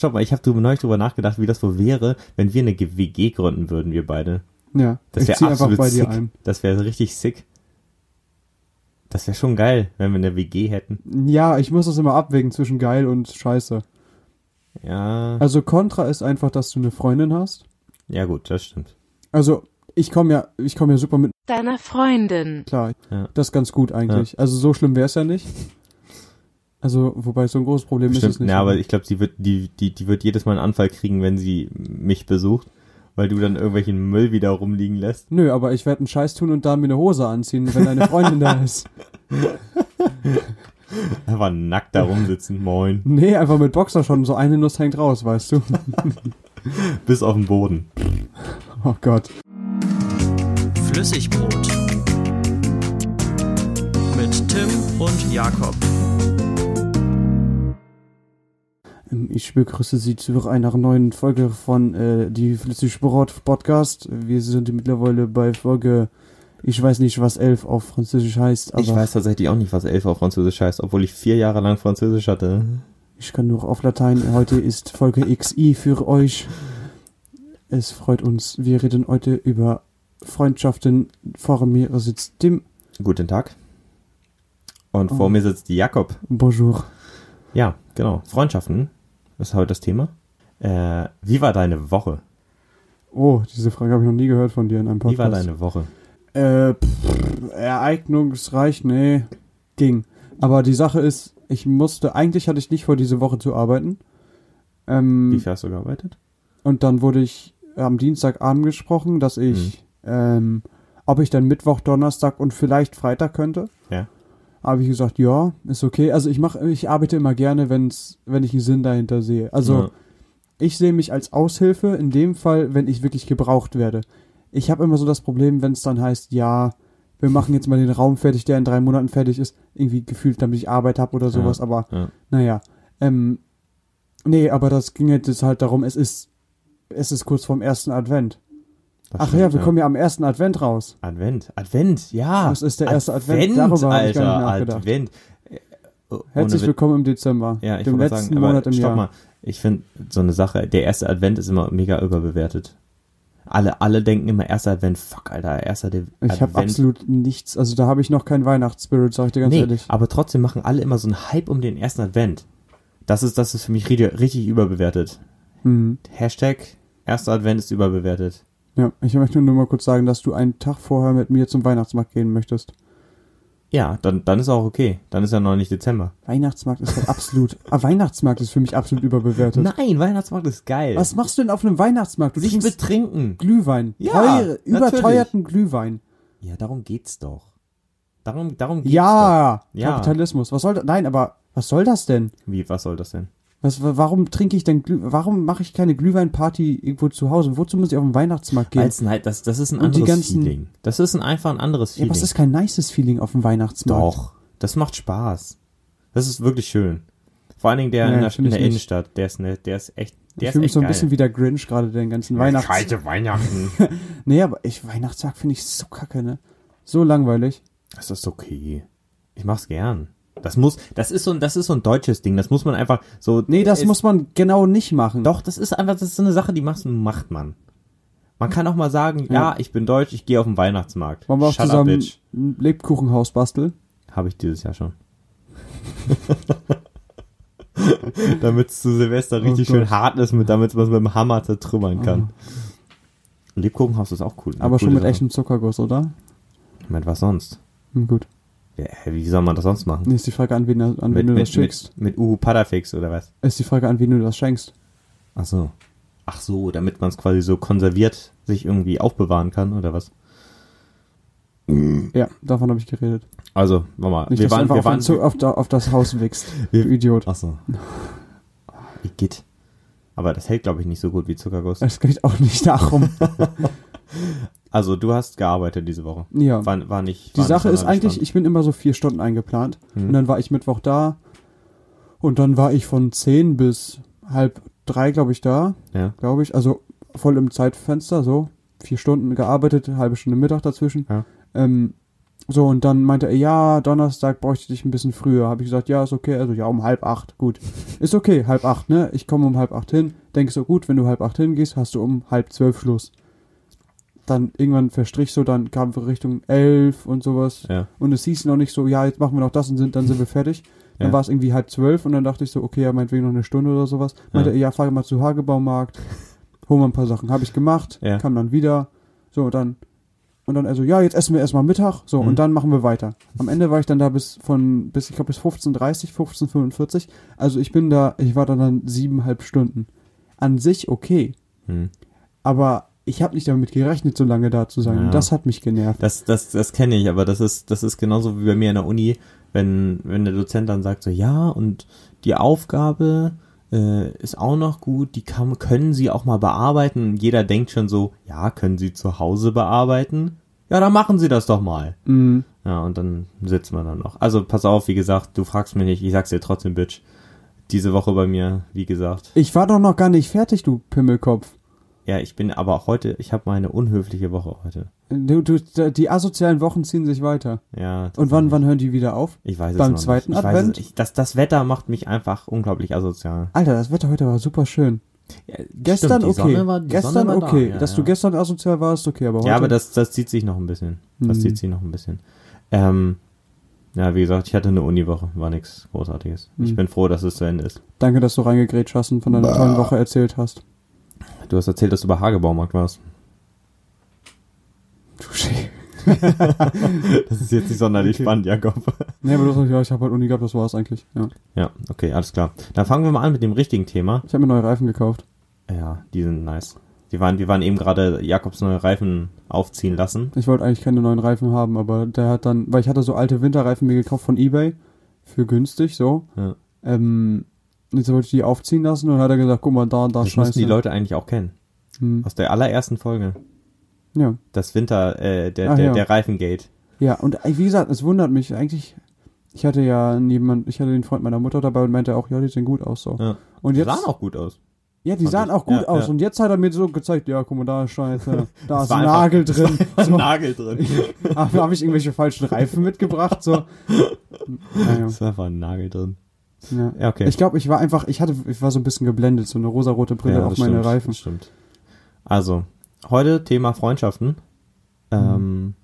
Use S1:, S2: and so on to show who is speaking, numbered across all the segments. S1: Schau mal, ich habe drüber neulich drüber nachgedacht, wie das wohl wäre, wenn wir eine WG gründen würden, wir beide.
S2: Ja,
S1: Das
S2: ich
S1: wäre
S2: zieh einfach
S1: absolut
S2: bei
S1: sick.
S2: dir ein.
S1: Das wäre richtig sick. Das wäre schon geil, wenn wir eine WG hätten.
S2: Ja, ich muss das immer abwägen zwischen geil und scheiße.
S1: Ja,
S2: Also Contra ist einfach, dass du eine Freundin hast.
S1: ja gut, das stimmt.
S2: Also ich komme ja, ich komme ja super mit
S3: deiner Freundin.
S2: klar.
S1: Ja.
S2: Das ist ganz gut eigentlich. Also so schlimm wäre es ja nicht. Also wobei so ein großes Problem ist es
S1: Bestimmt,
S2: nicht.
S1: na, aber ich glaube, sie wird, die, die, die wird jedes Mal einen Anfall kriegen, wenn sie mich besucht, weil du dann irgendwelchen Müll wieder rumliegen lässt.
S2: Nö, aber ich werde einen Scheiß tun und da mir eine Hose anziehen, wenn deine Freundin da ist.
S1: Aber nackt da rumsitzen, moin.
S2: Nee, einfach mit Boxer schon. So eine Nuss hängt raus, weißt du.
S1: Bis auf den Boden.
S2: Oh Gott.
S4: Flüssigbrot. Mit Tim und Jakob.
S2: Ich begrüße Sie zu einer neuen Folge von äh, die Flüssigbrot Podcast. Wir sind mittlerweile bei Folge, ich weiß nicht, was elf auf Französisch heißt, aber
S1: ich weiß tatsächlich auch nicht, was Elf auf Französisch heißt, obwohl ich vier Jahre lang Französisch
S2: Hm.
S1: hatte.
S2: ich kann nur auf Latein. Heute ist Folge XI für euch. Es freut uns. Wir reden heute über Freundschaften. Vor mir sitzt Tim.
S1: Guten Tag. Und vor
S2: Oh.
S1: mir sitzt Jakob.
S2: Bonjour.
S1: Ja, genau. Freundschaften ist heute das Thema. Äh, wie war deine Woche?
S2: Oh, diese Frage habe ich noch nie gehört von dir in einem Podcast.
S1: Wie war deine Woche?
S2: Äh, pff, ereignungsreich, nee, ging. Aber die Sache ist, ich musste, eigentlich hatte ich nicht vor, diese Woche zu arbeiten.
S1: Wie
S2: Ähm,
S1: viel hast du gearbeitet?
S2: und dann wurde ich am Dienstag angesprochen, dass ich,
S1: Mhm.
S2: ähm, ob ich dann Mittwoch, Donnerstag und vielleicht Freitag könnte.
S1: Ja.
S2: Habe ich gesagt, ja, ist okay. Also ich mache, ich arbeite immer gerne, wenn's, wenn ich einen Sinn dahinter sehe. Also
S1: Ja.
S2: ich sehe mich als Aushilfe in dem Fall, wenn ich wirklich gebraucht werde. Ich habe immer so das Problem, wenn es dann heißt, ja, wir machen jetzt mal den Raum fertig, der in drei Monaten fertig ist, irgendwie gefühlt, damit ich Arbeit habe oder sowas, aber
S1: ja.
S2: naja. Ähm, nee, aber das ging jetzt jetzt halt darum, es ist, es ist kurz vorm ersten Advent.
S1: Das
S2: Ach
S1: stimmt,
S2: ja, wir kommen ja am ersten Advent raus.
S1: Advent, Advent, ja.
S2: Das ist der erste Advent, darüber habe ich gar nicht
S1: Alter,
S2: nachgedacht.
S1: Advent. Äh, oh,
S2: Herzlich
S1: ohne Witz.
S2: willkommen im Dezember,
S1: Ja, ich
S2: dem
S1: wollte
S2: letzten
S1: sagen, aber
S2: Monat im
S1: stopp
S2: Jahr.
S1: mal. Ich finde so eine Sache, der erste Advent ist immer mega überbewertet. Alle, alle denken immer erster Advent, fuck, Alter, erster De
S2: Ich habe
S1: Advent.
S2: absolut nichts, also da habe ich noch keinen Weihnachtsspirit, sag ich dir ganz
S1: nee,
S2: ehrlich.
S1: aber trotzdem machen alle immer so einen Hype um den ersten Advent. Das ist, das ist für mich richtig, richtig überbewertet.
S2: Mhm.
S1: Hashtag erster Advent ist überbewertet.
S2: Ja, ich möchte nur mal kurz sagen, dass du einen Tag vorher mit mir zum Weihnachtsmarkt gehen möchtest.
S1: Ja, dann, dann ist auch okay. Dann ist ja noch nicht Dezember.
S2: Weihnachtsmarkt ist halt absolut. ah, Weihnachtsmarkt ist für mich absolut überbewertet.
S1: Nein, Weihnachtsmarkt ist geil.
S2: Was machst du denn auf einem Weihnachtsmarkt? Du
S1: Sich
S2: trinkst
S1: betrinken.
S2: Glühwein.
S1: Ja,
S2: Teure,
S1: natürlich.
S2: überteuerten Glühwein.
S1: Ja, darum geht's doch. Darum, darum geht's
S2: Ja,
S1: Ja.
S2: Kapitalismus. Was soll das? Nein, aber was soll das denn?
S1: doch. Wie, was soll das denn?
S2: Was, wa- warum trinke ich denn Glüh Warum mache ich keine Glühweinparty irgendwo zu Hause? Wozu muss ich auf den Weihnachtsmarkt gehen?
S1: Weil's halt, das, das ist ein
S2: Und die
S1: anderes
S2: ganzen-
S1: Feeling. Das ist ein, einfach ein anderes
S2: ja,
S1: Feeling.
S2: aber es ist kein nices Feeling auf dem Weihnachtsmarkt.
S1: doch. Das macht Spaß. Das ist wirklich schön. Vor allen Dingen der
S2: Nee,
S1: in der, in
S2: find ich
S1: der
S2: nicht.
S1: Innenstadt, der ist, ne, der ist echt, der
S2: ich
S1: ist
S2: fühle mich
S1: echt
S2: so ein
S1: geil.
S2: bisschen wie der Grinch gerade den ganzen Weihnachts.
S1: Scheiße Weihnachten.
S2: Nee, aber ich Weihnachtsmarkt finde ich so kacke, ne? So langweilig.
S1: Das ist okay. Ich mach's gern. Das muss, das ist so ein, das ist so ein deutsches Ding. Das muss man einfach so.
S2: Nee, das
S1: es-
S2: muss man genau nicht machen.
S1: Doch, das ist einfach, das ist so eine Sache, die machst, macht man. Man kann auch mal sagen, ja, ich bin deutsch, ich gehe auf den Weihnachtsmarkt.
S2: Wollen wir auch
S1: Shut up,
S2: zusammen
S1: bitch.
S2: ein Lebkuchenhaus basteln?
S1: Habe ich dieses Jahr schon. damit es zu Silvester richtig
S2: Oh Gott. Ah.
S1: schön hart ist, mit, damit man es mit dem Hammer zertrümmern kann. Lebkuchenhaus ist auch cool. eine
S2: Aber schon
S1: coole
S2: mit
S1: Sache.
S2: echtem Zuckerguss, oder?
S1: Ich meine, was sonst?
S2: Hm, gut.
S1: Ja, wie soll man das sonst machen?
S2: Nee, ist die Frage, an wen, an
S1: Mit,
S2: wen du das
S1: mit,
S2: schickst.
S1: mit, mit Uhu Padafix oder was?
S2: Ist die Frage, an wen du das schenkst.
S1: Ach so. Ach so, damit man es quasi so konserviert sich irgendwie aufbewahren kann oder was?
S2: Ja, davon habe ich geredet.
S1: Also, warte mal.
S2: Nicht,
S1: wir
S2: dass
S1: waren,
S2: du einfach
S1: wir
S2: auf,
S1: waren,
S2: den Zu- auf, da, auf das Haus wächst.
S1: Wir-
S2: du Idiot.
S1: Ach so. Igitt. Aber das hält, glaube ich, nicht so gut wie Zuckerguss.
S2: Das geht auch nicht darum.
S1: Also, du hast gearbeitet diese Woche.
S2: ja.
S1: War, war nicht. Hm.
S2: Die
S1: war
S2: Sache
S1: nicht
S2: ist eigentlich,
S1: sonderlich
S2: ich bin immer so vier Stunden eingeplant. Und dann war ich Mittwoch da. Und dann war ich von zehn bis halb drei, glaube ich, da.
S1: spannend.
S2: glaube ich. Also voll im Zeitfenster, so. Vier Stunden gearbeitet, halbe Stunde Mittag dazwischen.
S1: Ja.
S2: Ähm, So, und dann meinte er, ja, Donnerstag bräuchte ich dich ein bisschen früher. Habe ich gesagt, ja, ist okay. Also, ja, um halb acht, gut. Ist okay, halb acht, ne? Ich komme um halb acht hin. Denke so, gut, wenn du halb acht hingehst, hast du um halb zwölf Schluss. Dann irgendwann verstrich so, dann kamen wir Richtung elf und sowas.
S1: Ja.
S2: Und es hieß noch nicht so, ja, jetzt machen wir noch das und sind, dann sind wir fertig. Dann
S1: Ja.
S2: war es irgendwie halb zwölf und dann dachte ich so, okay, ja, meinetwegen noch eine Stunde oder sowas. Meinte
S1: Ja.
S2: er, ja, fahr mal zu Hagebaumarkt, hol mal ein paar Sachen. Habe ich gemacht,
S1: Ja.
S2: kam dann wieder. So, und dann, und dann also, ja, jetzt essen wir erstmal Mittag. So,
S1: Mhm.
S2: und dann machen wir weiter. Am Ende war ich dann da bis von, bis, ich glaube, bis 15.30, 15.45. Also ich bin da, ich war da dann siebeneinhalb Stunden. An sich okay,
S1: Hm.
S2: aber ich habe nicht damit gerechnet, so lange da zu sein.
S1: Ja.
S2: Und das hat mich genervt.
S1: Das, das, das kenne ich, aber das ist, das ist genauso wie bei mir in der Uni, wenn, wenn der Dozent dann sagt so, ja, und die Aufgabe äh, ist auch noch gut, die kann, können Sie auch mal bearbeiten. Und jeder denkt schon so, ja, können Sie zu Hause bearbeiten? Ja, dann machen Sie das doch mal.
S2: Mhm.
S1: Ja, und dann sitzt man dann noch. Also pass auf, wie gesagt, du fragst mich nicht, ich sag's dir trotzdem, Bitch. Diese Woche bei mir, wie gesagt.
S2: Ich war doch noch gar nicht fertig, du Pimmelkopf.
S1: Ja, ich bin aber auch heute, ich habe meine unhöfliche Woche heute.
S2: Du, du, die asozialen Wochen ziehen sich weiter.
S1: Ja.
S2: Und wann, wann hören die wieder auf?
S1: Ich weiß es
S2: Beim
S1: noch
S2: zweiten
S1: nicht. Ich
S2: Advent?
S1: Weiß es, ich, das, das Wetter macht mich einfach unglaublich asozial.
S2: Alter, das Wetter heute war super schön. Gestern
S1: Stimmt, die
S2: okay.
S1: Sonne war- die
S2: gestern
S1: Sonne war da,
S2: okay.
S1: ja,
S2: Dass
S1: ja.
S2: du gestern asozial warst, okay, aber heute.
S1: Ja, aber das, das zieht sich noch ein bisschen. Das
S2: Hm.
S1: zieht sich noch ein bisschen. Ähm, ja, wie gesagt, ich hatte eine Uniwoche, war nichts Großartiges. Ich
S2: Hm.
S1: bin froh, dass es zu Ende ist.
S2: Danke, dass du reingegrätscht hast und von deiner tollen Woche erzählt hast.
S1: Du hast erzählt, dass du bei Hagebaumarkt warst.
S2: Touché.
S1: Das ist jetzt nicht sonderlich
S2: Okay.
S1: spannend, Jakob.
S2: Nee, aber du sagst, ja, ich habe halt Uni gehabt, das war's eigentlich. Ja.
S1: Ja, okay, alles klar. Dann fangen wir mal an mit dem richtigen Thema.
S2: Ich habe mir neue Reifen gekauft.
S1: Ja, die sind nice. Die waren, die waren eben gerade Jakobs neue Reifen aufziehen lassen.
S2: Ich wollte eigentlich keine neuen Reifen haben, aber der hat dann, weil ich hatte so alte Winterreifen mir gekauft von Ebay. Für günstig, so.
S1: Ja.
S2: Ähm, jetzt wollte ich die aufziehen lassen und dann hat er gesagt, guck mal, da und da
S1: Das
S2: scheiße.
S1: müssen die Leute eigentlich auch kennen.
S2: Hm.
S1: Aus der allerersten Folge.
S2: Ja.
S1: Das Winter, äh, der,
S2: Ach
S1: der,
S2: ja.
S1: der Reifengate.
S2: Ja, und wie gesagt, es wundert mich eigentlich. Ich hatte ja jemand, ich hatte den Freund meiner Mutter dabei und meinte auch, ja, die sehen gut aus so.
S1: Ja.
S2: Und
S1: Die
S2: jetzt,
S1: sahen auch gut aus.
S2: ja, die
S1: fand
S2: sahen
S1: ich.
S2: auch gut
S1: Ja,
S2: aus.
S1: ja.
S2: Und jetzt hat er mir so gezeigt, ja, guck mal, da ist Scheiße, da ist
S1: war
S2: ein
S1: einfach-
S2: Nagel drin. So,
S1: Nagel drin.
S2: habe hab ich irgendwelche falschen Reifen mitgebracht so. Naja,
S1: Das war einfach ein Nagel drin.
S2: ja.
S1: Ja, okay.
S2: Ich glaube, ich war einfach, ich hatte, ich war so ein bisschen geblendet, so eine rosarote Brille
S1: ja,
S2: auf
S1: das
S2: meine
S1: stimmt,
S2: Reifen.
S1: das Stimmt. Also, heute Thema Freundschaften.
S2: Mhm.
S1: Ähm,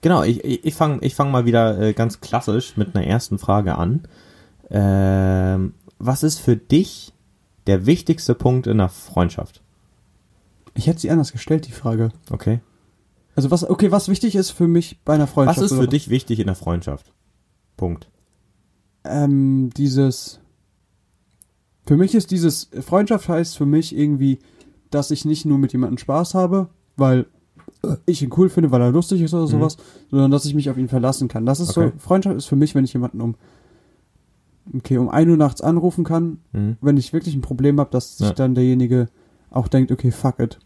S1: genau, ich, ich, ich fange ich fang mal wieder äh, ganz klassisch mit einer ersten Frage an. Ähm, was ist für dich der wichtigste Punkt in einer Freundschaft?
S2: Ich hätte sie anders gestellt, die Frage.
S1: Okay.
S2: Also was, okay, was wichtig ist für mich bei einer
S1: Was
S2: Freundschaft?
S1: ist für
S2: oder-
S1: dich wichtig in einer Freundschaft? Punkt.
S2: ähm, dieses. Für mich ist dieses Freundschaft heißt für mich irgendwie, dass ich nicht nur mit jemandem Spaß habe, weil ich ihn cool finde, weil er lustig ist oder sowas, sondern dass ich mich auf ihn verlassen kann. Das ist
S1: Mhm. Okay.
S2: so, Freundschaft ist für mich, wenn ich jemanden um okay, um 1 Uhr nachts anrufen kann,
S1: Mhm.
S2: wenn ich wirklich ein Problem habe, dass sich
S1: Ja.
S2: dann derjenige auch denkt, okay, fuck it.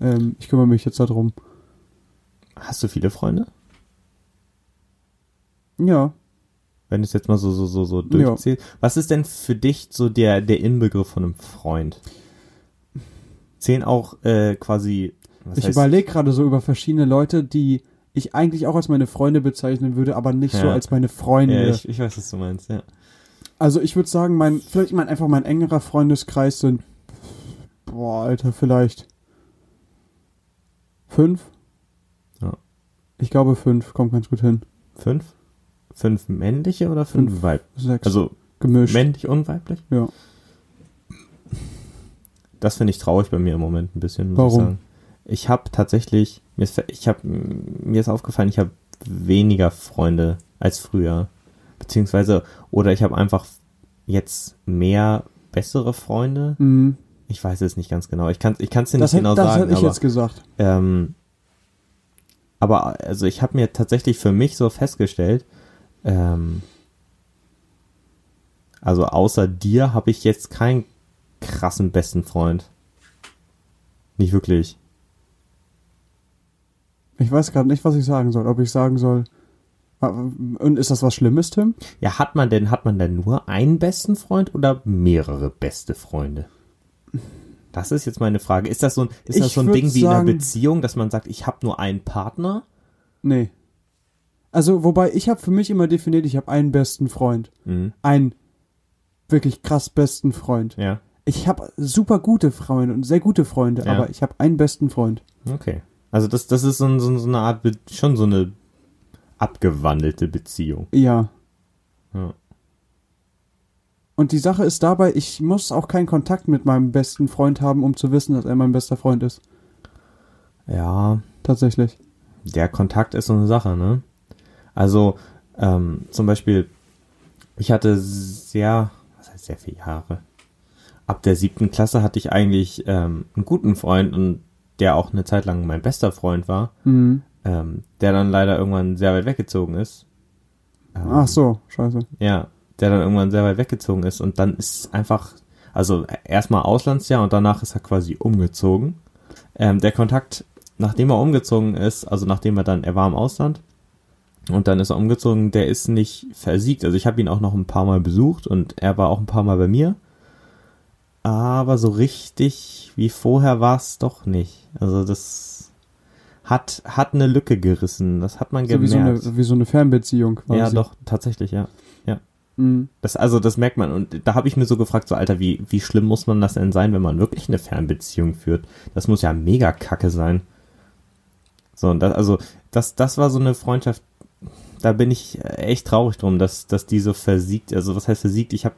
S2: Ähm, ich kümmere mich jetzt darum.
S1: Hast du viele Freunde?
S2: Ja.
S1: Wenn du es jetzt mal so, so, so, so durchzählst. Was ist denn für dich so der, der Inbegriff von einem Freund? Zählen auch äh, quasi. Was
S2: ich überlege gerade so über verschiedene Leute, die ich eigentlich auch als meine Freunde bezeichnen würde, aber nicht so
S1: Ja.
S2: als meine Freunde.
S1: ja, äh, ich, ich weiß, was du meinst, ja.
S2: Also ich würde sagen, mein, vielleicht mein, einfach mein engerer Freundeskreis sind, boah, Alter, vielleicht fünf?
S1: Ja.
S2: Ich glaube fünf, kommt ganz gut hin.
S1: Fünf? Fünf männliche oder fünf weibliche?
S2: Sechs,
S1: Also
S2: gemischt.
S1: männlich und weiblich?
S2: Ja.
S1: Das finde ich traurig bei mir im Moment ein bisschen, muss
S2: Warum?
S1: ich sagen. Ich habe tatsächlich, mir ist, ich hab, mir ist aufgefallen, ich habe weniger Freunde als früher. Beziehungsweise, oder ich habe einfach jetzt mehr bessere Freunde.
S2: Mhm.
S1: Ich weiß es nicht ganz genau. Ich kann es ich kann's dir
S2: Das,
S1: nicht
S2: hätte,
S1: genau
S2: das
S1: sagen.
S2: hätte ich
S1: aber
S2: jetzt gesagt.
S1: ähm, aber also ich habe mir tatsächlich für mich so festgestellt, ähm, also außer dir habe ich jetzt keinen krassen besten Freund. Nicht wirklich.
S2: Ich weiß gerade nicht, was ich sagen soll. Ob ich sagen soll, wa- und ist das was Schlimmes, Tim?
S1: Ja, hat man denn, hat man denn nur einen besten Freund oder mehrere beste Freunde? Das ist jetzt meine Frage. Ist das so ein, ist das
S2: Ich
S1: so ein
S2: würd
S1: Ding wie in einer
S2: sagen-
S1: Beziehung, dass man sagt, ich habe nur einen Partner?
S2: Nee. Also, wobei ich habe für mich immer definiert, ich habe einen besten Freund.
S1: Mhm.
S2: Einen wirklich krass besten Freund.
S1: Ja,
S2: Ich habe super gute Freunde und sehr gute Freunde,
S1: Ja.
S2: aber ich habe einen besten Freund.
S1: okay. Also das, das ist so, ein- so, ein- so eine Art, Be- schon so eine abgewandelte Beziehung.
S2: Ja.
S1: Ja.
S2: Und die Sache ist dabei, ich muss auch keinen Kontakt mit meinem besten Freund haben, um zu wissen, dass er mein bester Freund ist.
S1: Ja,
S2: Tatsächlich.
S1: der Kontakt ist so eine Sache, ne? Also, ähm, zum Beispiel, ich hatte sehr, was heißt sehr viele Jahre? Ab der siebten Klasse hatte ich eigentlich ähm, einen guten Freund und der auch eine Zeit lang mein bester Freund war,
S2: Mhm.
S1: ähm, der dann leider irgendwann sehr weit weggezogen ist. Ähm,
S2: Ach so, scheiße.
S1: Ja, der dann irgendwann sehr weit weggezogen ist und dann ist einfach, also erstmal Auslandsjahr und danach ist er quasi umgezogen. Ähm, der Kontakt, nachdem er umgezogen ist, also nachdem er dann, er war im Ausland und dann ist er umgezogen, der ist nicht versiegt. Also ich habe ihn auch noch ein paar Mal besucht und er war auch ein paar Mal bei mir. Aber so richtig wie vorher war es doch nicht. Also das hat, hat eine Lücke gerissen. Das hat man
S2: So wie, so
S1: gemerkt.
S2: eine, wie so eine Fernbeziehung quasi.
S1: ja, doch, tatsächlich, ja.
S2: Mhm.
S1: Das, also das merkt man. Und da habe ich mir so gefragt, so Alter, wie, wie schlimm muss man das denn sein, wenn man wirklich eine Fernbeziehung führt? Das muss ja mega kacke sein. So, und das, also das, das war so eine Freundschaft, da bin ich echt traurig drum, dass, dass die so versiegt, also was heißt versiegt? Ich habe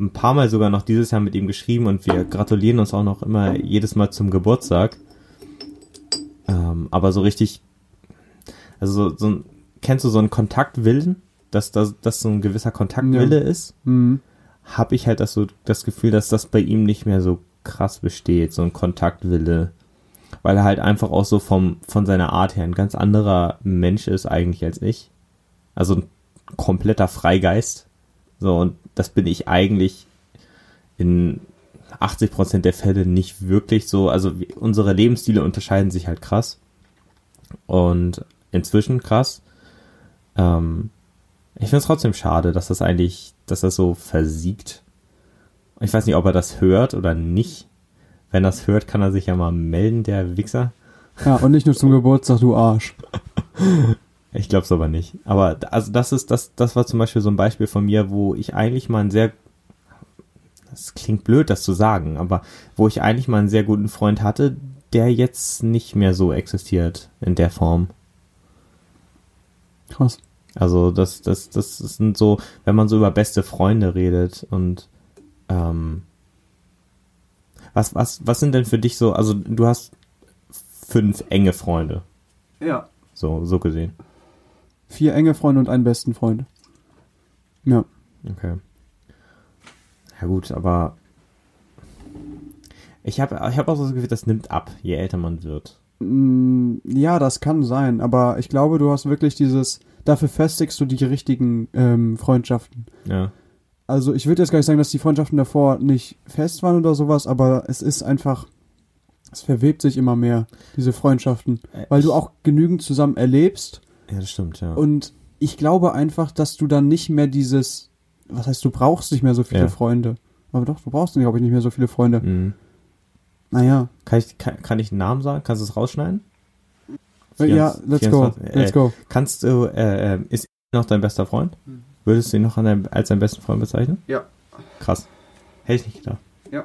S1: ein paar Mal sogar noch dieses Jahr mit ihm geschrieben und wir gratulieren uns auch noch immer jedes Mal zum Geburtstag. Ähm, aber so richtig, also so, so ein, kennst du so einen Kontaktwillen? Dass, dass, dass so ein gewisser Kontaktwille ist?
S2: Mhm.
S1: habe ich halt das so das Gefühl, dass das bei ihm nicht mehr so krass besteht, so ein Kontaktwille, weil er halt einfach auch so vom von seiner Art her ein ganz anderer Mensch ist eigentlich als ich. Also ein kompletter Freigeist. So und das bin ich eigentlich in 80% der Fälle nicht wirklich so, also wir- unsere Lebensstile unterscheiden sich halt krass. Und inzwischen krass. Ähm, ich finde es trotzdem schade, dass das eigentlich, dass das so versiegt. Ich weiß nicht, ob er das hört oder nicht. Wenn das hört, kann er sich ja mal melden, der Wichser.
S2: Ja, und nicht nur zum Geburtstag, du Arsch.
S1: Ich glaube es aber nicht. Aber d- also das ist, das, das war zum Beispiel so ein Beispiel von mir, wo ich eigentlich mal einen sehr, das klingt blöd, das zu sagen, aber wo ich eigentlich mal einen sehr guten Freund hatte, der jetzt nicht mehr so existiert in der Form.
S2: Krass.
S1: Also das, das, das sind so, wenn man so über beste Freunde redet und ähm, was, was, was sind denn für dich so, also du hast fünf enge Freunde,
S2: Ja.
S1: so, so gesehen.
S2: Vier enge Freunde und einen besten Freund. Ja.
S1: Okay. Ja gut, aber ich habe ich hab auch so das Gefühl, das nimmt ab, je älter man wird.
S2: Mm, Ja, das kann sein, aber ich glaube, du hast wirklich dieses, dafür festigst du die richtigen ähm, Freundschaften.
S1: Ja.
S2: Also ich würde jetzt gar nicht sagen, dass die Freundschaften davor nicht fest waren oder sowas, aber es ist einfach, es verwebt sich immer mehr, diese Freundschaften, weil du auch genügend zusammen erlebst
S1: Äh, Ja, das stimmt, ja.
S2: Und ich glaube einfach, dass du dann nicht mehr dieses, was heißt, du brauchst nicht mehr so viele
S1: Ja.
S2: Freunde. Aber doch, du brauchst, glaube ich, nicht mehr so viele Freunde.
S1: Mhm.
S2: Naja.
S1: Kann, ich, kann, kann ich einen Namen sagen? Kannst du es rausschneiden?
S2: Äh, ja, let's go.
S1: 24, äh,
S2: Let's go.
S1: Kannst du, äh, ähm, ist er noch dein bester Freund? Würdest du ihn noch an dein, als deinen besten Freund bezeichnen?
S2: Hm. Ja.
S1: Krass. Hätte ich nicht gedacht.
S2: Ja.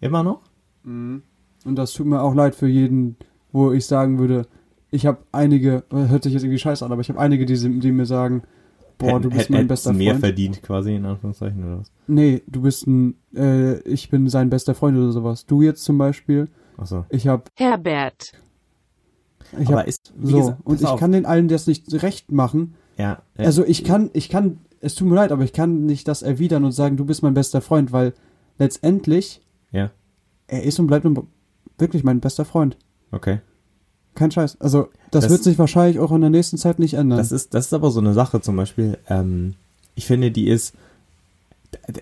S1: Immer noch?
S2: Mhm. Und das tut mir auch leid für jeden, wo ich sagen würde, ich habe einige, hört sich jetzt irgendwie scheiße an, aber ich habe einige, die, die mir sagen, boah,
S1: Hätten-
S2: du bist
S1: hätten-
S2: mein
S1: hätten
S2: bester
S1: mehr
S2: Freund.
S1: verdient, quasi, in Anführungszeichen, oder was?
S2: Nee, du bist ein, äh, ich bin sein bester Freund oder sowas. Du jetzt zum Beispiel,
S1: Achso.
S2: ich habe,
S3: Herbert.
S2: ich habe,
S1: ist, wie
S2: so,
S1: gesagt,
S2: und
S1: pass
S2: ich
S1: auf.
S2: kann den allen das nicht recht machen,
S1: Ja, äh,
S2: Also ich kann, ich kann, es tut mir leid, aber ich kann nicht das erwidern und sagen, du bist mein bester Freund, weil letztendlich
S1: ja,
S2: er ist und bleibt nun wirklich mein bester Freund.
S1: okay.
S2: Kein Scheiß. Also das,
S1: Das-
S2: wird sich wahrscheinlich auch in der nächsten Zeit nicht ändern.
S1: Das ist, das ist aber so eine Sache zum Beispiel. Ähm, ich finde, die ist.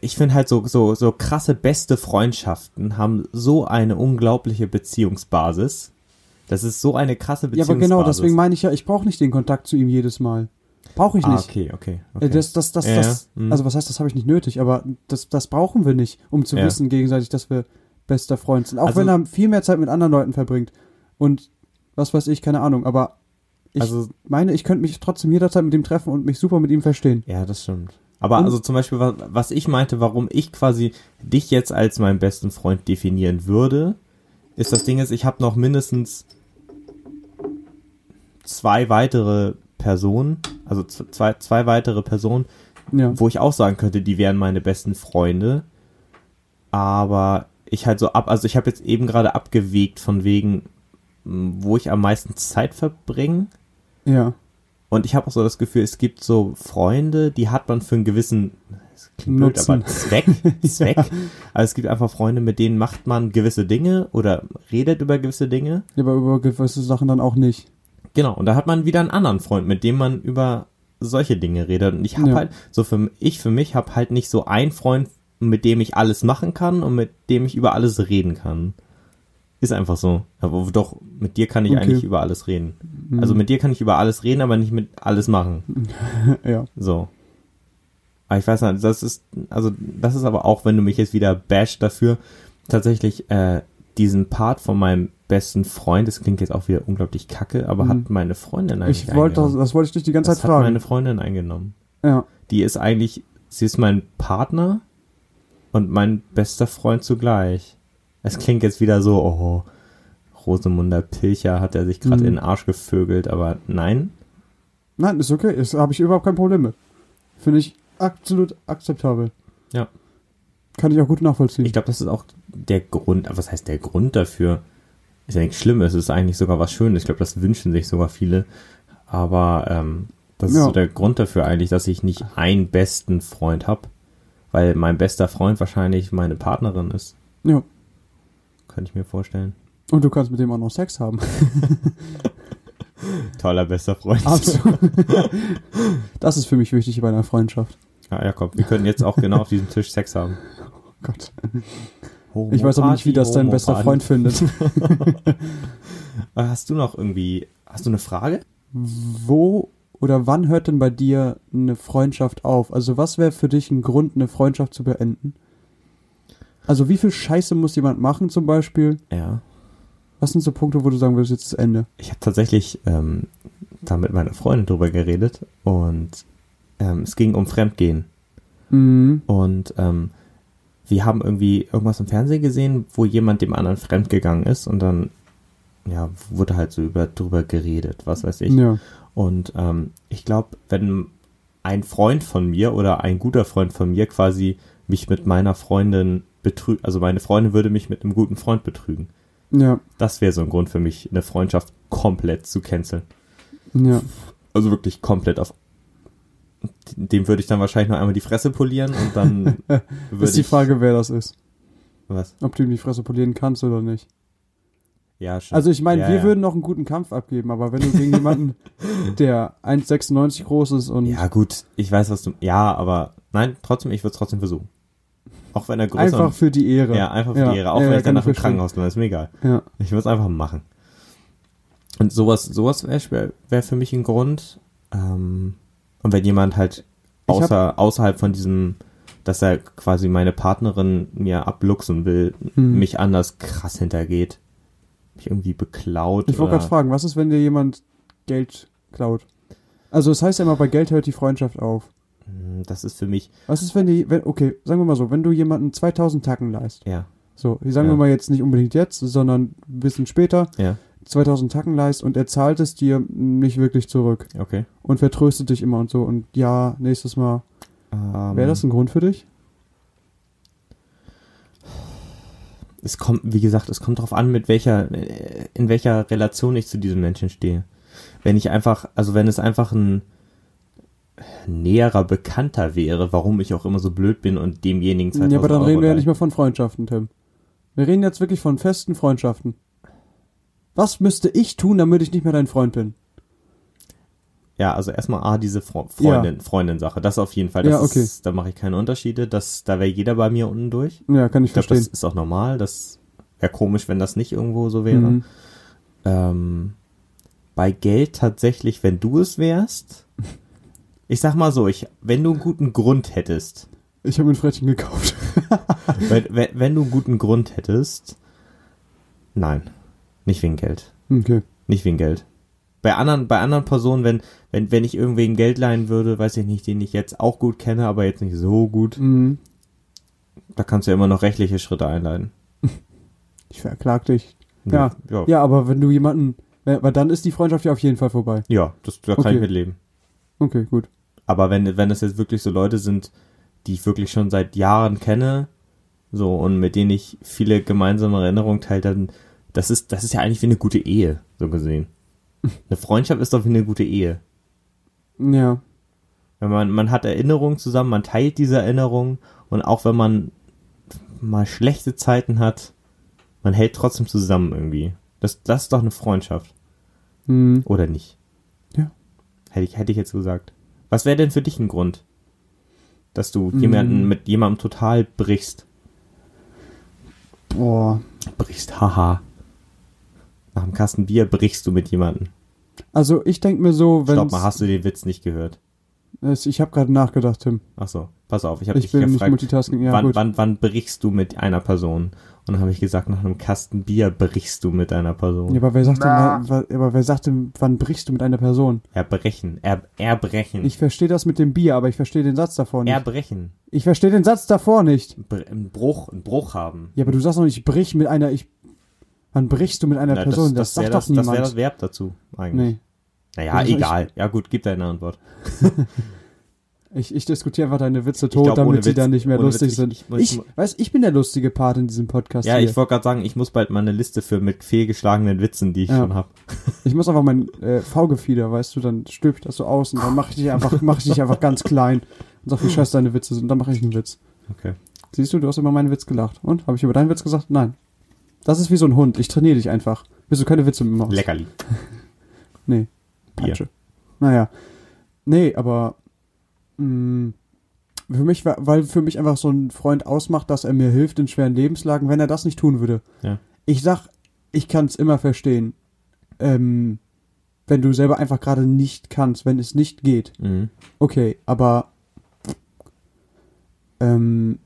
S1: Ich finde halt so, so, so krasse beste Freundschaften haben so eine unglaubliche Beziehungsbasis. Das ist so eine krasse
S2: ja,
S1: Beziehungsbasis.
S2: aber genau, deswegen meine ich ja, ich brauche nicht den Kontakt zu ihm jedes Mal. Brauche ich
S1: Ah,
S2: nicht.
S1: okay, okay.
S2: Äh,
S1: okay.
S2: Das, das, das,
S1: Ja,
S2: das,
S1: ja, mhm.
S2: also was heißt, das habe ich nicht nötig, aber das, das brauchen wir nicht, um zu
S1: Ja.
S2: wissen gegenseitig, dass wir bester Freund sind. Auch
S1: Also-
S2: wenn er viel mehr Zeit mit anderen Leuten verbringt und was weiß ich, keine Ahnung, aber Ich
S1: Also-
S2: meine, ich könnte mich trotzdem jederzeit mit ihm treffen und mich super mit ihm verstehen.
S1: Ja, das stimmt. Aber
S2: Und-
S1: also zum Beispiel, wa- was ich meinte, warum ich quasi dich jetzt als meinen besten Freund definieren würde, ist das Ding ist, ich habe noch mindestens zwei weitere Personen, also z- zwei, zwei weitere Personen,
S2: Ja.
S1: wo ich auch sagen könnte, die wären meine besten Freunde. Aber ich halt so ab, also ich habe jetzt eben gerade abgewegt von wegen, m, wo ich am meisten Zeit verbringe.
S2: Ja.
S1: Und ich habe auch so das Gefühl, es gibt so Freunde, die hat man für einen gewissen das klingt blöd,
S2: Nutzen.
S1: aber Zweck, Zweck. Aber es gibt einfach Freunde, mit denen macht man gewisse Dinge oder redet über gewisse Dinge.
S2: Ja, Aber über gewisse Sachen dann auch nicht.
S1: Genau, und da hat man wieder einen anderen Freund, mit dem man über solche Dinge redet. Und ich habe
S2: Ja.
S1: halt, so für ich für mich habe halt nicht so einen Freund, mit dem ich alles machen kann und mit dem ich über alles reden kann. Ist einfach so. Aber doch, mit dir kann ich
S2: Okay. Mhm.
S1: eigentlich über alles reden. Also mit dir kann ich über alles reden, aber nicht mit alles machen.
S2: Ja.
S1: So. Aber ich weiß nicht, das ist, also das ist aber auch, wenn du mich jetzt wieder bash dafür, tatsächlich äh, diesen Part von meinem besten Freund, das klingt jetzt auch wieder unglaublich kacke, aber hat
S2: Mhm.
S1: meine Freundin eigentlich
S2: Ich wollte, das,
S1: eingenommen.
S2: das wollte ich dich die ganze
S1: genau. das
S2: Zeit
S1: hat
S2: fragen.
S1: meine Freundin eingenommen.
S2: Ja.
S1: Die ist eigentlich, sie ist mein Partner und mein bester Freund zugleich. Es klingt jetzt wieder so, oh, Rosemunder Pilcher hat er sich gerade
S2: Mhm.
S1: in den Arsch gevögelt, aber nein,
S2: Nein, ist okay. Das habe ich überhaupt kein Problem mit. Finde ich absolut akzeptabel.
S1: Ja.
S2: Kann ich auch gut nachvollziehen.
S1: Ich glaube, das ist auch der Grund, was heißt der Grund dafür? Ist ja nichts Schlimmes, es ist eigentlich sogar was Schönes. Ich glaube, das wünschen sich sogar viele. Aber ähm, das ist
S2: Ja.
S1: so der Grund dafür eigentlich, dass ich nicht einen besten Freund habe. Weil mein bester Freund wahrscheinlich meine Partnerin ist.
S2: Ja.
S1: Könnte ich mir vorstellen.
S2: Und du kannst mit dem auch noch Sex haben.
S1: Toller bester Freund.
S2: Absolut. Also. das ist für mich wichtig bei einer Freundschaft.
S1: Ja, Jakob, wir können jetzt auch genau auf diesem Tisch Sex haben.
S2: Oh Gott. Ich weiß aber nicht, wie das dein bester Freund findet.
S1: Hast du noch irgendwie, hast du eine Frage?
S2: Wo oder wann hört denn bei dir eine Freundschaft auf? Also was wäre für dich ein Grund, eine Freundschaft zu beenden? Also wie viel Scheiße muss jemand machen zum Beispiel?
S1: Ja.
S2: Was sind so Punkte, wo du sagen würdest, jetzt ist Ende?
S1: ich habe tatsächlich ähm, da mit meiner Freundin drüber geredet und ähm, es ging um Fremdgehen.
S2: Mhm.
S1: Und ähm, wir haben irgendwie irgendwas im Fernsehen gesehen, wo jemand dem anderen fremdgegangen ist und dann ja, wurde halt so über drüber geredet, was weiß ich.
S2: Ja.
S1: Und ähm, ich glaube, wenn ein Freund von mir oder ein guter Freund von mir quasi mich mit meiner Freundin betrügt, also meine Freundin würde mich mit einem guten Freund betrügen.
S2: Ja.
S1: Das wäre so ein Grund für mich, eine Freundschaft komplett zu canceln.
S2: Ja.
S1: Also wirklich komplett auf. Dem würde ich dann wahrscheinlich noch einmal die Fresse polieren und dann würde
S2: ist die
S1: ich-
S2: Frage, wer das ist.
S1: Was?
S2: Ob du ihm die Fresse polieren kannst oder nicht.
S1: Ja, schon.
S2: Also ich meine,
S1: Ja,
S2: wir
S1: ja.
S2: würden noch einen guten Kampf abgeben, aber wenn du gegen jemanden, der 1,96 groß ist und
S1: Ja, gut, ich weiß, was du. Ja, aber nein, trotzdem, ich würde es trotzdem versuchen. Auch wenn er größer
S2: einfach für die Ehre.
S1: Ja, einfach für
S2: Ja,
S1: die Ehre. Auch
S2: ja,
S1: wenn
S2: ja,
S1: ich
S2: kann
S1: danach
S2: ich
S1: im
S2: verstehen.
S1: Krankenhaus bin, ist mir egal.
S2: Ja.
S1: Ich würde es einfach machen. Und sowas, sowas wäre wär für mich ein Grund. Ähm, und wenn jemand halt
S2: Ich hab-
S1: außer, außerhalb von diesem, dass er quasi meine Partnerin mir abluchsen will,
S2: Hm.
S1: mich anders krass hintergeht, mich irgendwie beklaut.
S2: Ich wollte
S1: oder-
S2: gerade fragen, was ist, wenn dir jemand Geld klaut? Also es heißt ja immer, bei Geld hört die Freundschaft auf.
S1: Hm, Das ist für mich,
S2: Was ist, wenn die, wenn, okay, sagen wir mal so, wenn du jemanden 2000 Tacken leist,
S1: ja,
S2: so, sagen
S1: Ja.
S2: wir mal jetzt nicht unbedingt jetzt, sondern ein bisschen später,
S1: ja,
S2: 2000 Tacken leist und er zahlt es dir nicht wirklich zurück
S1: okay.
S2: und vertröstet dich immer und so und ja, nächstes Mal.
S1: Ähm,
S2: Wäre das ein Grund für dich?
S1: Es kommt, wie gesagt, es kommt darauf an, mit welcher, äh, in welcher Relation ich zu diesem Menschen stehe. Wenn ich einfach, also wenn es einfach ein näherer Bekannter wäre, warum ich auch immer so blöd bin und demjenigen 2000
S2: Ja, aber dann
S1: Euro
S2: reden wir ja
S1: leihe.
S2: nicht mehr von Freundschaften, Tim. Wir reden jetzt wirklich von festen Freundschaften. Was müsste ich tun, damit ich nicht mehr dein Freund bin?
S1: Ja, also erstmal A, diese Fre
S2: Ja.
S1: Freundin, Freundin-Sache. Das auf jeden Fall. Das
S2: Ja, okay.
S1: ist, da mache ich keine Unterschiede. Das, da wäre jeder bei mir unten durch.
S2: Ja, kann ich,
S1: Ich glaube, das
S2: verstehen.
S1: ist auch normal. Das wäre komisch, wenn das nicht irgendwo so wäre.
S2: Mhm.
S1: Ähm, bei Geld tatsächlich, wenn du es wärst. Ich sag mal so, ich, wenn du einen guten Grund hättest,
S2: Ich habe mir ein Frettchen gekauft.
S1: wenn, wenn, wenn du einen guten Grund hättest, nein, nicht wegen Geld,
S2: Okay.
S1: nicht wegen Geld. Bei anderen, bei anderen Personen, wenn, wenn, wenn ich irgendwem Geld leihen würde, weiß ich nicht, den ich jetzt auch gut kenne, aber jetzt nicht so gut,
S2: Mhm.
S1: da kannst du ja immer noch rechtliche Schritte einleiten.
S2: Ich verklag dich. Ja.
S1: Ja, ja.
S2: Ja, aber wenn du jemanden. ja, Weil dann ist die Freundschaft ja auf jeden Fall vorbei.
S1: ja das, da kann
S2: Okay.
S1: ich mitleben.
S2: Okay, gut.
S1: Aber wenn, wenn es jetzt wirklich so Leute sind, die ich wirklich schon seit Jahren kenne, so, und mit denen ich viele gemeinsame Erinnerungen teile, dann, das ist, das ist ja eigentlich wie eine gute Ehe, so gesehen. Eine Freundschaft ist doch wie eine gute Ehe.
S2: Ja.
S1: Wenn man, man hat Erinnerungen zusammen, man teilt diese Erinnerungen und auch wenn man mal schlechte Zeiten hat, man hält trotzdem zusammen irgendwie. Das, das ist doch eine Freundschaft,
S2: Mhm.
S1: oder nicht?
S2: Ja.
S1: Hätte ich, hätte ich jetzt gesagt. Was wäre denn für dich ein Grund, dass du
S2: Mm.
S1: jemanden mit jemandem total brichst?
S2: Boah.
S1: Brichst, haha. Nach dem Kasten Bier brichst du mit jemandem.
S2: Also ich denke mir so, wenn.
S1: Stopp mal, hast du den Witz nicht gehört?
S2: Ich habe gerade nachgedacht, Tim.
S1: Ach so, pass auf, ich habe
S2: Ich,
S1: dich
S2: bin nicht
S1: gefragt.
S2: Multitasking. Ja,
S1: wann,
S2: gut.
S1: wann, wann brichst du mit einer Person? Und dann habe ich gesagt, nach einem Kasten Bier brichst du mit einer Person.
S2: Ja, aber wer sagt denn, wa- aber wer sagt denn, wann brichst du mit einer Person?
S1: Erbrechen. Er, erbrechen.
S2: Ich verstehe das mit dem Bier, aber ich verstehe den Satz davor nicht.
S1: erbrechen.
S2: ich verstehe den Satz davor nicht.
S1: Br ein Bruch, ein Bruch haben.
S2: Ja, aber du sagst noch nicht, ich brich mit einer, ich. Wann brichst du mit einer
S1: Na,
S2: Person? Das,
S1: wär
S2: sagt doch
S1: das, Das
S2: niemand.
S1: wäre das Verb dazu eigentlich.
S2: nee.
S1: Naja,
S2: Also ich-
S1: egal. Ja gut, gib deine Antwort.
S2: Ich, ich diskutiere einfach deine Witze tot,
S1: glaub, ohne
S2: damit sie
S1: Witz-
S2: dann nicht mehr
S1: ohne
S2: lustig
S1: Witz,
S2: sind.
S1: ich-
S2: Ich,
S1: ich-
S2: weiß, ich bin der lustige Part in diesem Podcast.
S1: Ja,
S2: hier.
S1: ich wollte gerade sagen, ich muss bald mal eine Liste für mit fehlgeschlagenen Witzen, die ich
S2: Ja.
S1: schon habe.
S2: Ich muss einfach mein äh, V-Gefieder, weißt du, dann stülp ich das so aus und dann mache ich dich einfach, mach ich dich einfach ganz klein und sag, wie scheiße deine Witze sind. Und dann mache ich einen Witz.
S1: Okay.
S2: Siehst du, du hast über meinen Witz gelacht. Und? Habe ich über deinen Witz gesagt? Nein. Das ist wie so ein Hund. Ich trainiere dich einfach. Bis du keine Witze mehr machst.
S1: Leckerli.
S2: Nee.
S1: Bier.
S2: Peitsche. Naja. Nee, aber mh, für mich, war- weil für mich einfach so ein Freund ausmacht, dass er mir hilft in schweren Lebenslagen, wenn er das nicht tun würde.
S1: Ja.
S2: Ich sag, ich kann es immer verstehen. Ähm, wenn du selber einfach gerade nicht kannst, wenn es nicht geht.
S1: Mhm.
S2: Okay, aber ähm,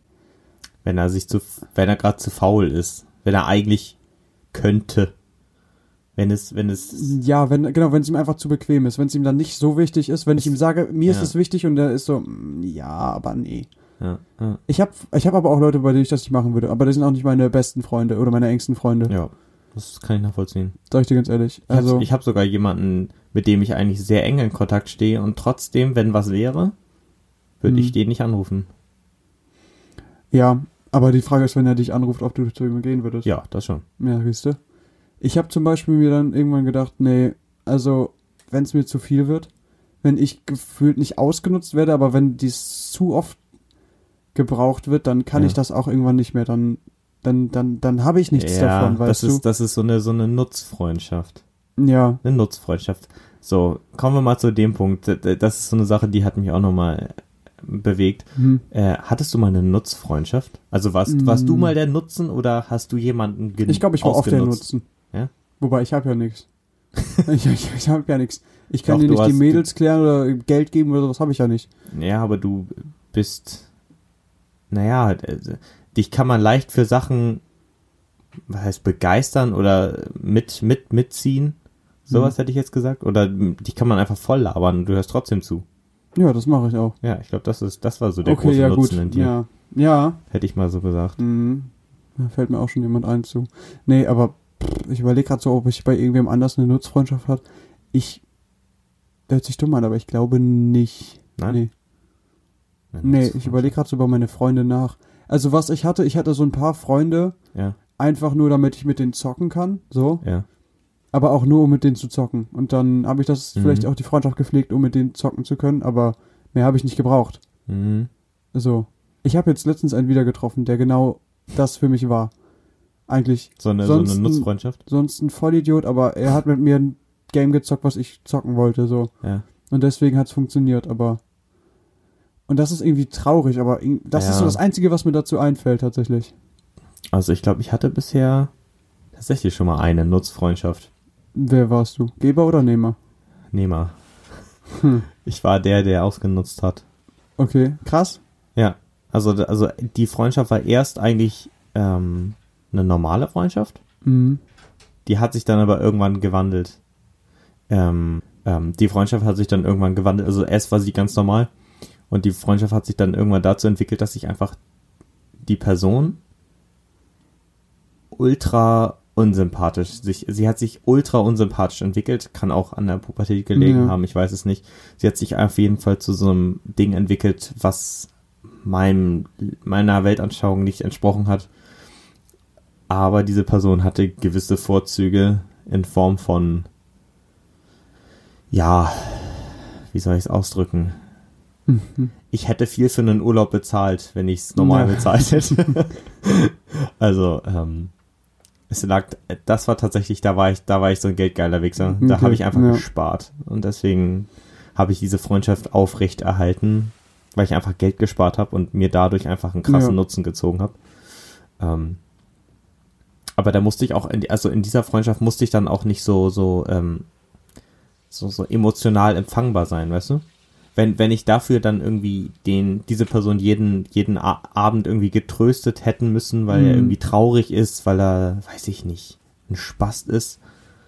S1: Wenn er sich zu, wenn er gerade zu faul ist, wenn er eigentlich könnte, wenn es, wenn es,
S2: Ja, wenn, genau, wenn es ihm einfach zu bequem ist, wenn es ihm dann nicht so wichtig ist, wenn ich ihm sage,
S1: Ja.
S2: mir ist es wichtig und er ist so, "Mm, ja, aber nee.
S1: ja, ja,
S2: Ich hab, ich hab aber auch Leute, bei denen ich das nicht machen würde, aber das sind auch nicht meine besten Freunde oder meine engsten Freunde,
S1: ja, das kann ich nachvollziehen.
S2: sag ich dir ganz ehrlich.
S1: Ich also
S2: Also,
S1: hab, ich habe sogar jemanden, mit dem ich eigentlich sehr eng in Kontakt stehe und trotzdem, wenn was wäre, würde
S2: Mhm.
S1: ich den nicht anrufen.
S2: ja, aber die Frage ist, wenn er dich anruft, ob du zu ihm gehen würdest.
S1: Ja, das schon.
S2: Ja, siehst du. Ich habe zum Beispiel mir dann irgendwann gedacht, nee, also wenn es mir zu viel wird, wenn ich gefühlt nicht ausgenutzt werde, aber wenn dies zu oft gebraucht wird, dann kann
S1: Ja.
S2: ich das auch irgendwann nicht mehr. Dann, dann, dann, dann habe ich nichts
S1: ja,
S2: davon,
S1: das
S2: weißt
S1: ist das ist so eine so eine Nutzfreundschaft,
S2: du? Ja,
S1: eine Nutzfreundschaft. So, kommen wir mal zu dem Punkt. D- d- Das ist so eine Sache, die hat mich auch nochmal bewegt.
S2: hm.
S1: Äh, hattest du mal eine Nutzfreundschaft? Also warst, warst du
S2: Mm.
S1: mal der Nutzen oder hast du jemanden genutzt?
S2: ich glaube, ich war oft der Nutzen.
S1: Ja?
S2: Wobei ich habe ja nichts. ich ich, ich habe ja nichts. Ich kann
S1: Doch,
S2: dir
S1: du
S2: nicht die
S1: hast-
S2: Mädels klären oder Geld geben oder sowas habe ich ja nicht.
S1: Ja, aber du bist. Naja, äh, dich kann man leicht für Sachen, was heißt, begeistern oder mit, mit, mitziehen. Sowas
S2: Hm.
S1: hätte ich jetzt gesagt. Oder m, dich kann man einfach voll labern und du hörst trotzdem zu.
S2: Ja, das mache ich auch.
S1: Ja, ich glaube, das ist, das war so der
S2: okay,
S1: große
S2: ja
S1: Nutzen
S2: gut.
S1: in dir.
S2: Ja, ja,
S1: Hätte ich mal so gesagt.
S2: Mhm. Da fällt mir auch schon jemand ein zu. Nee, aber pff, ich überlege gerade so, ob ich bei irgendwem anders eine Nutzfreundschaft hat. Ich. Das hört sich dumm an, aber ich glaube nicht.
S1: Nein?
S2: Nee, nee ich überlege gerade so über meine Freunde nach. Also, was ich hatte, ich hatte so ein paar Freunde,
S1: Ja,
S2: einfach nur damit ich mit denen zocken kann, so.
S1: ja.
S2: Aber auch nur, um mit denen zu zocken. Und dann habe ich das
S1: Mhm.
S2: vielleicht auch die Freundschaft gepflegt, um mit denen zocken zu können, aber mehr habe ich nicht gebraucht.
S1: Mhm.
S2: So. Ich habe jetzt letztens einen wieder getroffen, der genau das für mich war. Eigentlich
S1: So eine, so
S2: Sonst-
S1: eine Nutzfreundschaft.
S2: sonst ein Vollidiot, aber er hat mit mir ein Game gezockt, was ich zocken wollte, so.
S1: Ja.
S2: Und deswegen hat's funktioniert, aber. Und das ist irgendwie traurig, aber irg- das
S1: Ja.
S2: ist so das Einzige, was mir dazu einfällt, tatsächlich.
S1: Also ich glaube, ich hatte bisher tatsächlich schon mal eine Nutzfreundschaft.
S2: Wer warst du? Geber oder Nehmer?
S1: Nehmer.
S2: Hm.
S1: Ich war der, der ausgenutzt hat.
S2: Okay, krass.
S1: Ja, also, also die Freundschaft war erst eigentlich ähm, eine normale Freundschaft.
S2: Mhm.
S1: Die hat sich dann aber irgendwann gewandelt. ähm, ähm, die Freundschaft hat sich dann irgendwann gewandelt. Also erst war sie ganz normal und die Freundschaft hat sich dann irgendwann dazu entwickelt, dass ich einfach die Person ultra unsympathisch. Sich, sie hat sich ultra unsympathisch entwickelt, kann auch an der Pubertät gelegen
S2: Ja.
S1: haben, ich weiß es nicht. Sie hat sich auf jeden Fall zu so einem Ding entwickelt, was meinem, meiner Weltanschauung nicht entsprochen hat. Aber diese Person hatte gewisse Vorzüge in Form von, ja, wie soll ich es ausdrücken?
S2: Mhm.
S1: ich hätte viel für einen Urlaub bezahlt, wenn ich es normal
S2: Ja.
S1: bezahlt hätte. also, ähm, es lag, das war tatsächlich, da war ich, da war ich so ein geldgeiler Wichser. Da
S2: Okay,
S1: habe ich einfach
S2: Mhm. ja.
S1: gespart. Und deswegen habe ich diese Freundschaft aufrecht erhalten, weil ich einfach Geld gespart habe und mir dadurch einfach einen krassen
S2: Ja.
S1: Nutzen gezogen habe. Ähm, aber da musste ich auch, in, also in dieser Freundschaft musste ich dann auch nicht so, so, ähm, so, so emotional empfangbar sein, weißt du? Wenn, wenn ich dafür dann irgendwie den, diese Person jeden, jeden A Abend irgendwie getröstet hätten müssen, weil er
S2: Mhm.
S1: irgendwie traurig ist, weil er, weiß ich nicht, ein Spast ist,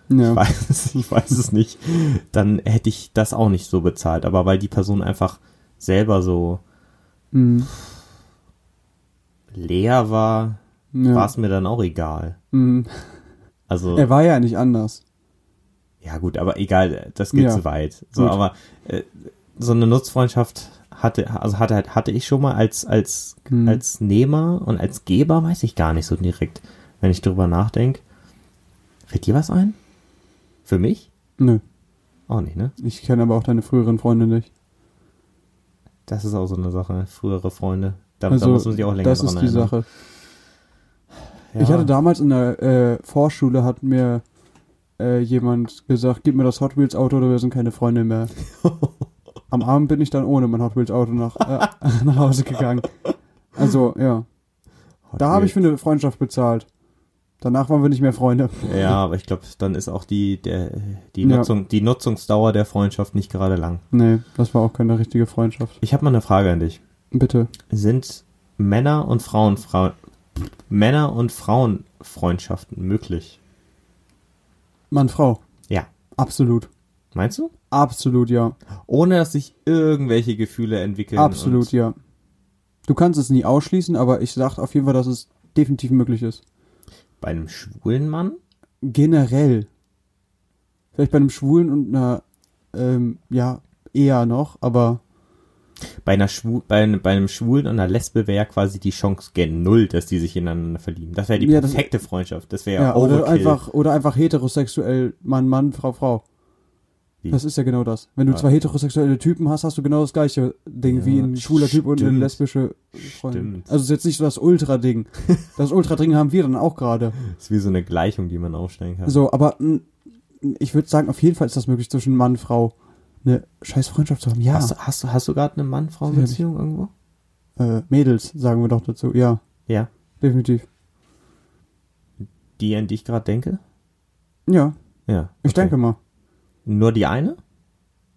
S1: ich,
S2: Ja.
S1: weiß, es- ich weiß es nicht, dann hätte ich das auch nicht so bezahlt. Aber weil die Person einfach selber so
S2: Mhm.
S1: leer war,
S2: ja.
S1: war es mir dann auch egal.
S2: Mhm.
S1: Also
S2: Er war ja nicht anders.
S1: Ja, gut, aber egal, das geht
S2: Ja.
S1: zu weit. So,
S2: Gut.
S1: aber äh, so eine Nutzfreundschaft hatte, also hatte halt, hatte ich schon mal als, als,
S2: Mhm.
S1: als Nehmer und als Geber weiß ich gar nicht so direkt, wenn ich drüber nachdenke. Fällt dir was ein? Für mich?
S2: Nö.
S1: Auch nicht, ne?
S2: Ich kenne aber auch deine früheren Freunde nicht.
S1: Das ist auch so eine Sache, frühere Freunde. Da,
S2: Also,
S1: da muss man sich auch länger
S2: das
S1: dran
S2: ist die
S1: erinnern.
S2: Sache.
S1: Ja.
S2: Ich hatte damals in der äh, Vorschule hat mir äh, jemand gesagt, gib mir das Hot Wheels Auto oder wir sind keine Freunde mehr. Am Abend bin ich dann ohne mein Hot Wheels Auto nach, äh, nach Hause gegangen. Also, ja.
S1: Hot
S2: Da habe ich
S1: Wheels.
S2: für eine Freundschaft bezahlt. Danach waren wir nicht mehr Freunde.
S1: Ja, aber ich glaube, dann ist auch die, der, die,
S2: Ja.
S1: Nutzung, die Nutzungsdauer der Freundschaft nicht gerade lang.
S2: Nee, das war auch keine richtige Freundschaft.
S1: Ich habe mal eine Frage an dich.
S2: Bitte.
S1: sind Männer und Frauen, Frau, Männer und Frauenfreundschaften möglich.
S2: Mann, Frau.
S1: Ja.
S2: Absolut.
S1: Meinst du?
S2: Absolut, ja.
S1: Ohne dass sich irgendwelche Gefühle entwickeln.
S2: Absolut,
S1: und-
S2: ja. Du kannst es nie ausschließen, aber ich sag auf jeden Fall, dass es definitiv möglich ist.
S1: Bei einem schwulen Mann?
S2: generell. Vielleicht bei einem Schwulen und einer, ähm, ja, eher noch, aber
S1: Bei, einer Schwu bei, einem- bei einem Schwulen und einer Lesbe wäre ja quasi die Chance gen Null, dass die sich ineinander verlieben. Das wäre die
S2: Ja, das-
S1: perfekte Freundschaft. Das
S2: ja,
S1: wäre ja, Overkill.
S2: oder einfach oder einfach heterosexuell Mann, Mann, Frau, Frau.
S1: Wie?
S2: Das ist ja genau das. Wenn du
S1: Ja.
S2: zwei heterosexuelle Typen hast, hast du genau das gleiche Ding
S1: Ja,
S2: wie ein schwuler Typ und eine
S1: stimmt.
S2: lesbische Freundin.
S1: Stimmt.
S2: Also es ist jetzt nicht so das Ultra-Ding. Das Ultra-Ding haben wir dann auch gerade.
S1: Das ist wie so eine Gleichung, die man aufstellen kann.
S2: So, aber n- ich würde sagen, auf jeden Fall ist das möglich, zwischen Mann und Frau eine scheiß Freundschaft zu haben. Ja,
S1: Hast, du- hast, du- hast du gerade eine Mann-Frau-Beziehung irgendwo?
S2: äh, Mädels, sagen wir doch dazu. Ja,
S1: Ja.
S2: definitiv.
S1: Die, an die ich gerade denke?
S2: Ja,
S1: Ja.
S2: Ich
S1: okay.
S2: denke mal.
S1: Nur die eine?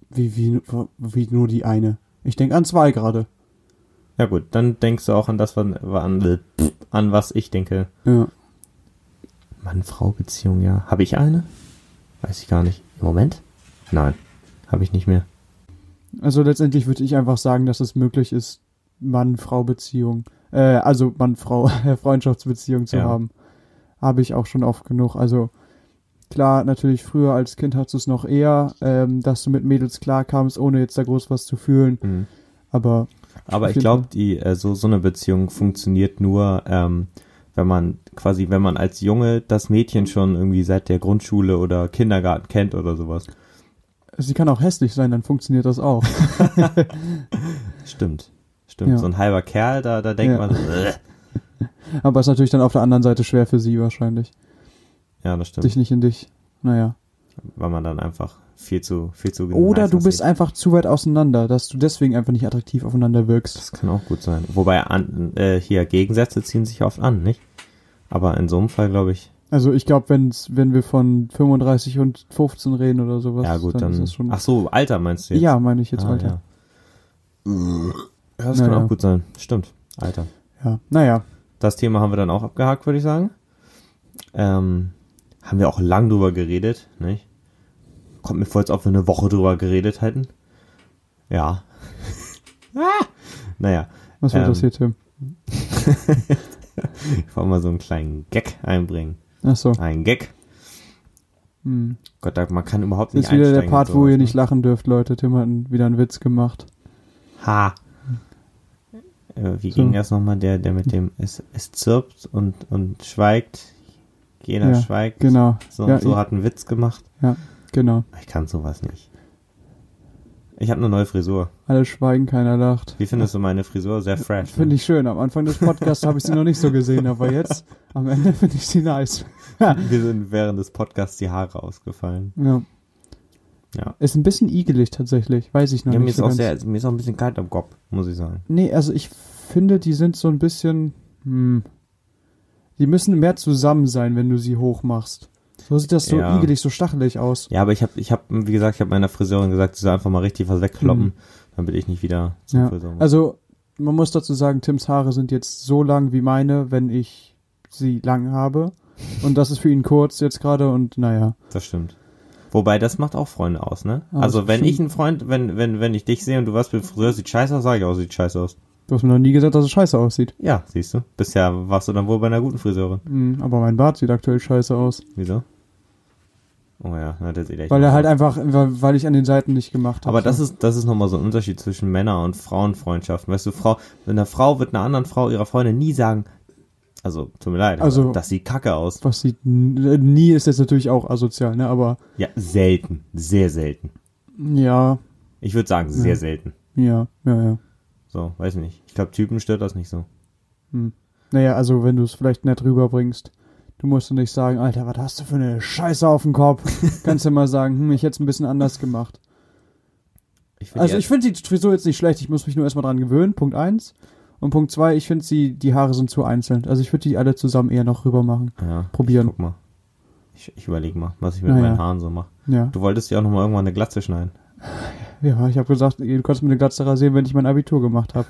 S2: Wie, wie, wie nur die eine. Ich denke an zwei gerade.
S1: Ja gut, dann denkst du auch an das, an, an, an was ich denke.
S2: Ja.
S1: Mann-Frau-Beziehung, ja. Habe ich eine? Weiß ich gar nicht. Im Moment? Nein, habe ich nicht mehr.
S2: Also letztendlich würde ich einfach sagen, dass es möglich ist, Mann-Frau-Beziehung, äh, also Mann-Frau-Freundschaftsbeziehung zu
S1: Ja.
S2: haben. Habe ich auch schon oft genug. Also klar, natürlich früher als Kind hattest du es noch eher, ähm, dass du mit Mädels klarkamst, ohne jetzt da groß was zu fühlen.
S1: Aber
S2: Aber Mhm. Auf
S1: ich
S2: jeden
S1: glaube, die äh, so so eine Beziehung funktioniert nur, ähm, wenn man quasi, wenn man als Junge das Mädchen schon irgendwie seit der Grundschule oder Kindergarten kennt oder sowas.
S2: sie kann auch hässlich sein, dann funktioniert das auch.
S1: Stimmt, stimmt.
S2: Ja.
S1: So ein halber Kerl, da da denkt
S2: Ja.
S1: man, so, äh.
S2: Aber ist natürlich dann auf der anderen Seite schwer für sie wahrscheinlich.
S1: ja, das stimmt,
S2: Dich nicht in dich. Naja.
S1: weil man dann einfach viel zu viel zu
S2: Oder
S1: nice
S2: du
S1: aussieht.
S2: bist einfach zu weit auseinander, dass du deswegen einfach nicht attraktiv aufeinander wirkst.
S1: Das kann auch gut sein. Wobei an, äh, hier Gegensätze ziehen sich oft an, nicht? Aber in so einem Fall glaube ich,
S2: Also ich glaube, wenn's, wenn wir von 35 und 15 reden oder sowas,
S1: ja gut, dann.
S2: ist das schon.
S1: ach so, Alter meinst du jetzt?
S2: ja, meine ich jetzt,
S1: Ah,
S2: Alter.
S1: Ja. Ja, das
S2: Naja.
S1: kann auch gut sein. Stimmt, Alter.
S2: Ja. Naja,
S1: Das Thema haben wir dann auch abgehakt, würde ich sagen. Ähm, haben wir auch lang drüber geredet, nicht? kommt mir vor, als ob wir eine Woche drüber geredet hätten. Ja. Ah! naja,
S2: Was wird
S1: Ähm.
S2: das hier, Tim?
S1: ich wollte mal so einen kleinen Gag einbringen.
S2: Ach so.
S1: Ein Gag.
S2: Hm.
S1: Gott, da- man kann überhaupt nicht
S2: Ist wieder der
S1: einsteigen
S2: Part,
S1: und
S2: wo
S1: sowas,
S2: ihr
S1: ne?
S2: nicht lachen dürft, Leute. Tim hat einen- wieder einen Witz gemacht.
S1: Ha. Äh, wie
S2: So.
S1: ging das nochmal? Der, der mit dem, es, es zirpt und, und schweigt. Jeder
S2: Ja,
S1: schweigt.
S2: Genau,
S1: So
S2: Ja,
S1: und so
S2: ich-
S1: hat einen Witz gemacht.
S2: genau.
S1: Ich kann sowas nicht. Ich habe eine neue Frisur.
S2: Alle schweigen, keiner lacht.
S1: Wie findest du meine Frisur? Sehr fresh. ne?
S2: Finde ich schön. Am Anfang des Podcasts habe ich sie noch nicht so gesehen, aber jetzt, am Ende finde ich sie nice.
S1: Wir sind während des Podcasts die Haare ausgefallen.
S2: Ja.
S1: Ja.
S2: Ist ein bisschen igelig tatsächlich, weiß ich noch
S1: Ja, mir
S2: nicht
S1: ist
S2: so
S1: auch
S2: ganz.
S1: sehr, mir ist auch ein bisschen kalt am Kopf, muss ich sagen.
S2: nee, also ich finde, die sind so ein bisschen, hm, die müssen mehr zusammen sein, wenn du sie hochmachst. So sieht das so
S1: Ja.
S2: igelig, so stachelig aus.
S1: Ja, aber ich habe, ich hab, wie gesagt, ich habe meiner Friseurin gesagt, sie soll einfach mal richtig was wegkloppen,
S2: Mhm.
S1: damit ich nicht wieder zum
S2: Ja.
S1: Friseur muss.
S2: Also, man muss dazu sagen, Tims Haare sind jetzt so lang wie meine, wenn ich sie lang habe. Und das ist für ihn kurz jetzt gerade und naja.
S1: Das stimmt. Wobei, das macht auch Freunde aus, ne?
S2: Aber
S1: also,
S2: das
S1: wenn
S2: stimmt.
S1: ich einen Freund, wenn, wenn, wenn ich dich sehe und du warst beim Friseur, sieht scheiße aus, sage ich auch, sieht scheiße aus.
S2: Du hast mir noch nie gesagt, dass es scheiße aussieht.
S1: Ja, siehst du. Bisher warst du dann wohl bei einer guten Friseurin.
S2: Hm, aber mein Bart sieht aktuell scheiße aus.
S1: Wieso? Oh ja, na, der sieht echt
S2: Weil
S1: mal
S2: er halt
S1: aus.
S2: einfach, weil weil ich an den Seiten nicht gemacht habe.
S1: Aber das ist, das ist nochmal so ein Unterschied zwischen Männer- und Frauenfreundschaften. Weißt du, Frau, eine Frau wird einer anderen Frau, ihrer Freundin nie sagen, also, tut mir leid, aber
S2: Also-
S1: das sieht kacke aus.
S2: Was sieht n- nie ist jetzt natürlich auch asozial, ne? Aber
S1: Ja, selten. Sehr selten.
S2: ja,
S1: Ich würde sagen, sehr
S2: Ja.
S1: selten.
S2: ja, ja, ja.
S1: So, weiß nicht. Ich glaube, Typen stört das nicht so.
S2: Naja, also wenn du es vielleicht nett rüberbringst, du musst du nicht sagen, Alter, was hast du für eine Scheiße auf dem Kopf? Kannst du mal sagen, hm, ich hätte es ein bisschen anders gemacht.
S1: Ich find
S2: Also
S1: die-
S2: ich finde die Frisur jetzt nicht schlecht, ich muss mich nur erstmal dran gewöhnen, Punkt eins. Und Punkt zwei, ich finde sie, die Haare sind zu einzeln. Also ich würde die alle zusammen eher noch rüber machen.
S1: Ja,
S2: Probieren.
S1: Ich guck mal. Ich, ich überlege mal, was ich mit
S2: Naja.
S1: meinen Haaren so mache.
S2: Ja.
S1: Du wolltest ja auch nochmal irgendwann eine Glatze schneiden.
S2: Ja, ich habe gesagt, du kannst mir eine Glatze rasieren, wenn ich mein Abitur gemacht habe.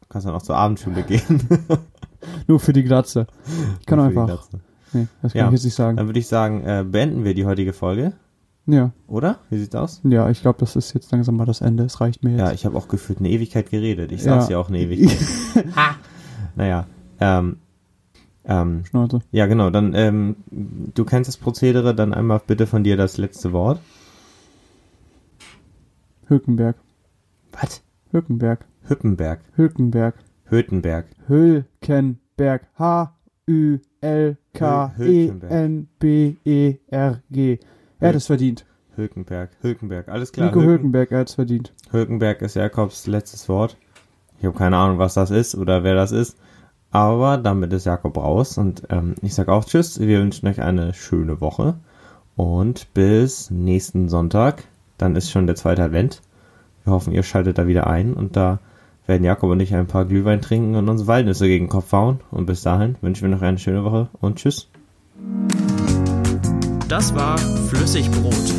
S1: Du kannst dann auch zur Abendschule gehen.
S2: Nur für die Glatze. Ich kann
S1: Für die
S2: einfach.
S1: Glatze.
S2: Nee, das kann
S1: Ja.
S2: ich jetzt nicht sagen.
S1: Dann würde ich sagen, äh, beenden wir die heutige Folge,
S2: Ja.
S1: oder? Wie sieht's aus?
S2: Ja, ich glaube, das ist jetzt langsam mal das Ende. Es reicht mir jetzt.
S1: Ja, ich habe auch gefühlt eine Ewigkeit geredet. Ich saß ja, auch eine Ewigkeit. Naja, ähm, ähm,
S2: Schnauze.
S1: ja genau, dann, ähm, du kennst das Prozedere, dann einmal bitte von dir das letzte Wort.
S2: Hülkenberg.
S1: Was?
S2: Hülkenberg.
S1: Hüppenberg,
S2: Hülkenberg.
S1: Hötenberg.
S2: Hülkenberg. H-Ü-L-K-E-N-B-E-R-G. Er hat es verdient.
S1: Hülkenberg, Hülkenberg, alles klar.
S2: Nico
S1: Hülken-
S2: Hülkenberg, er hat es verdient.
S1: Hülkenberg ist Jakobs letztes Wort. Ich habe keine Ahnung, was das ist oder wer das ist. Aber damit ist Jakob raus und ähm, ich sage auch Tschüss. Wir wünschen euch eine schöne Woche und bis nächsten Sonntag. Dann ist schon der zweite Advent. Wir hoffen, ihr schaltet da wieder ein und da werden Jakob und ich ein paar Glühwein trinken und uns Walnüsse gegen den Kopf hauen. Und bis dahin wünschen wir noch eine schöne Woche und Tschüss.
S4: Das war Flüssigbrot,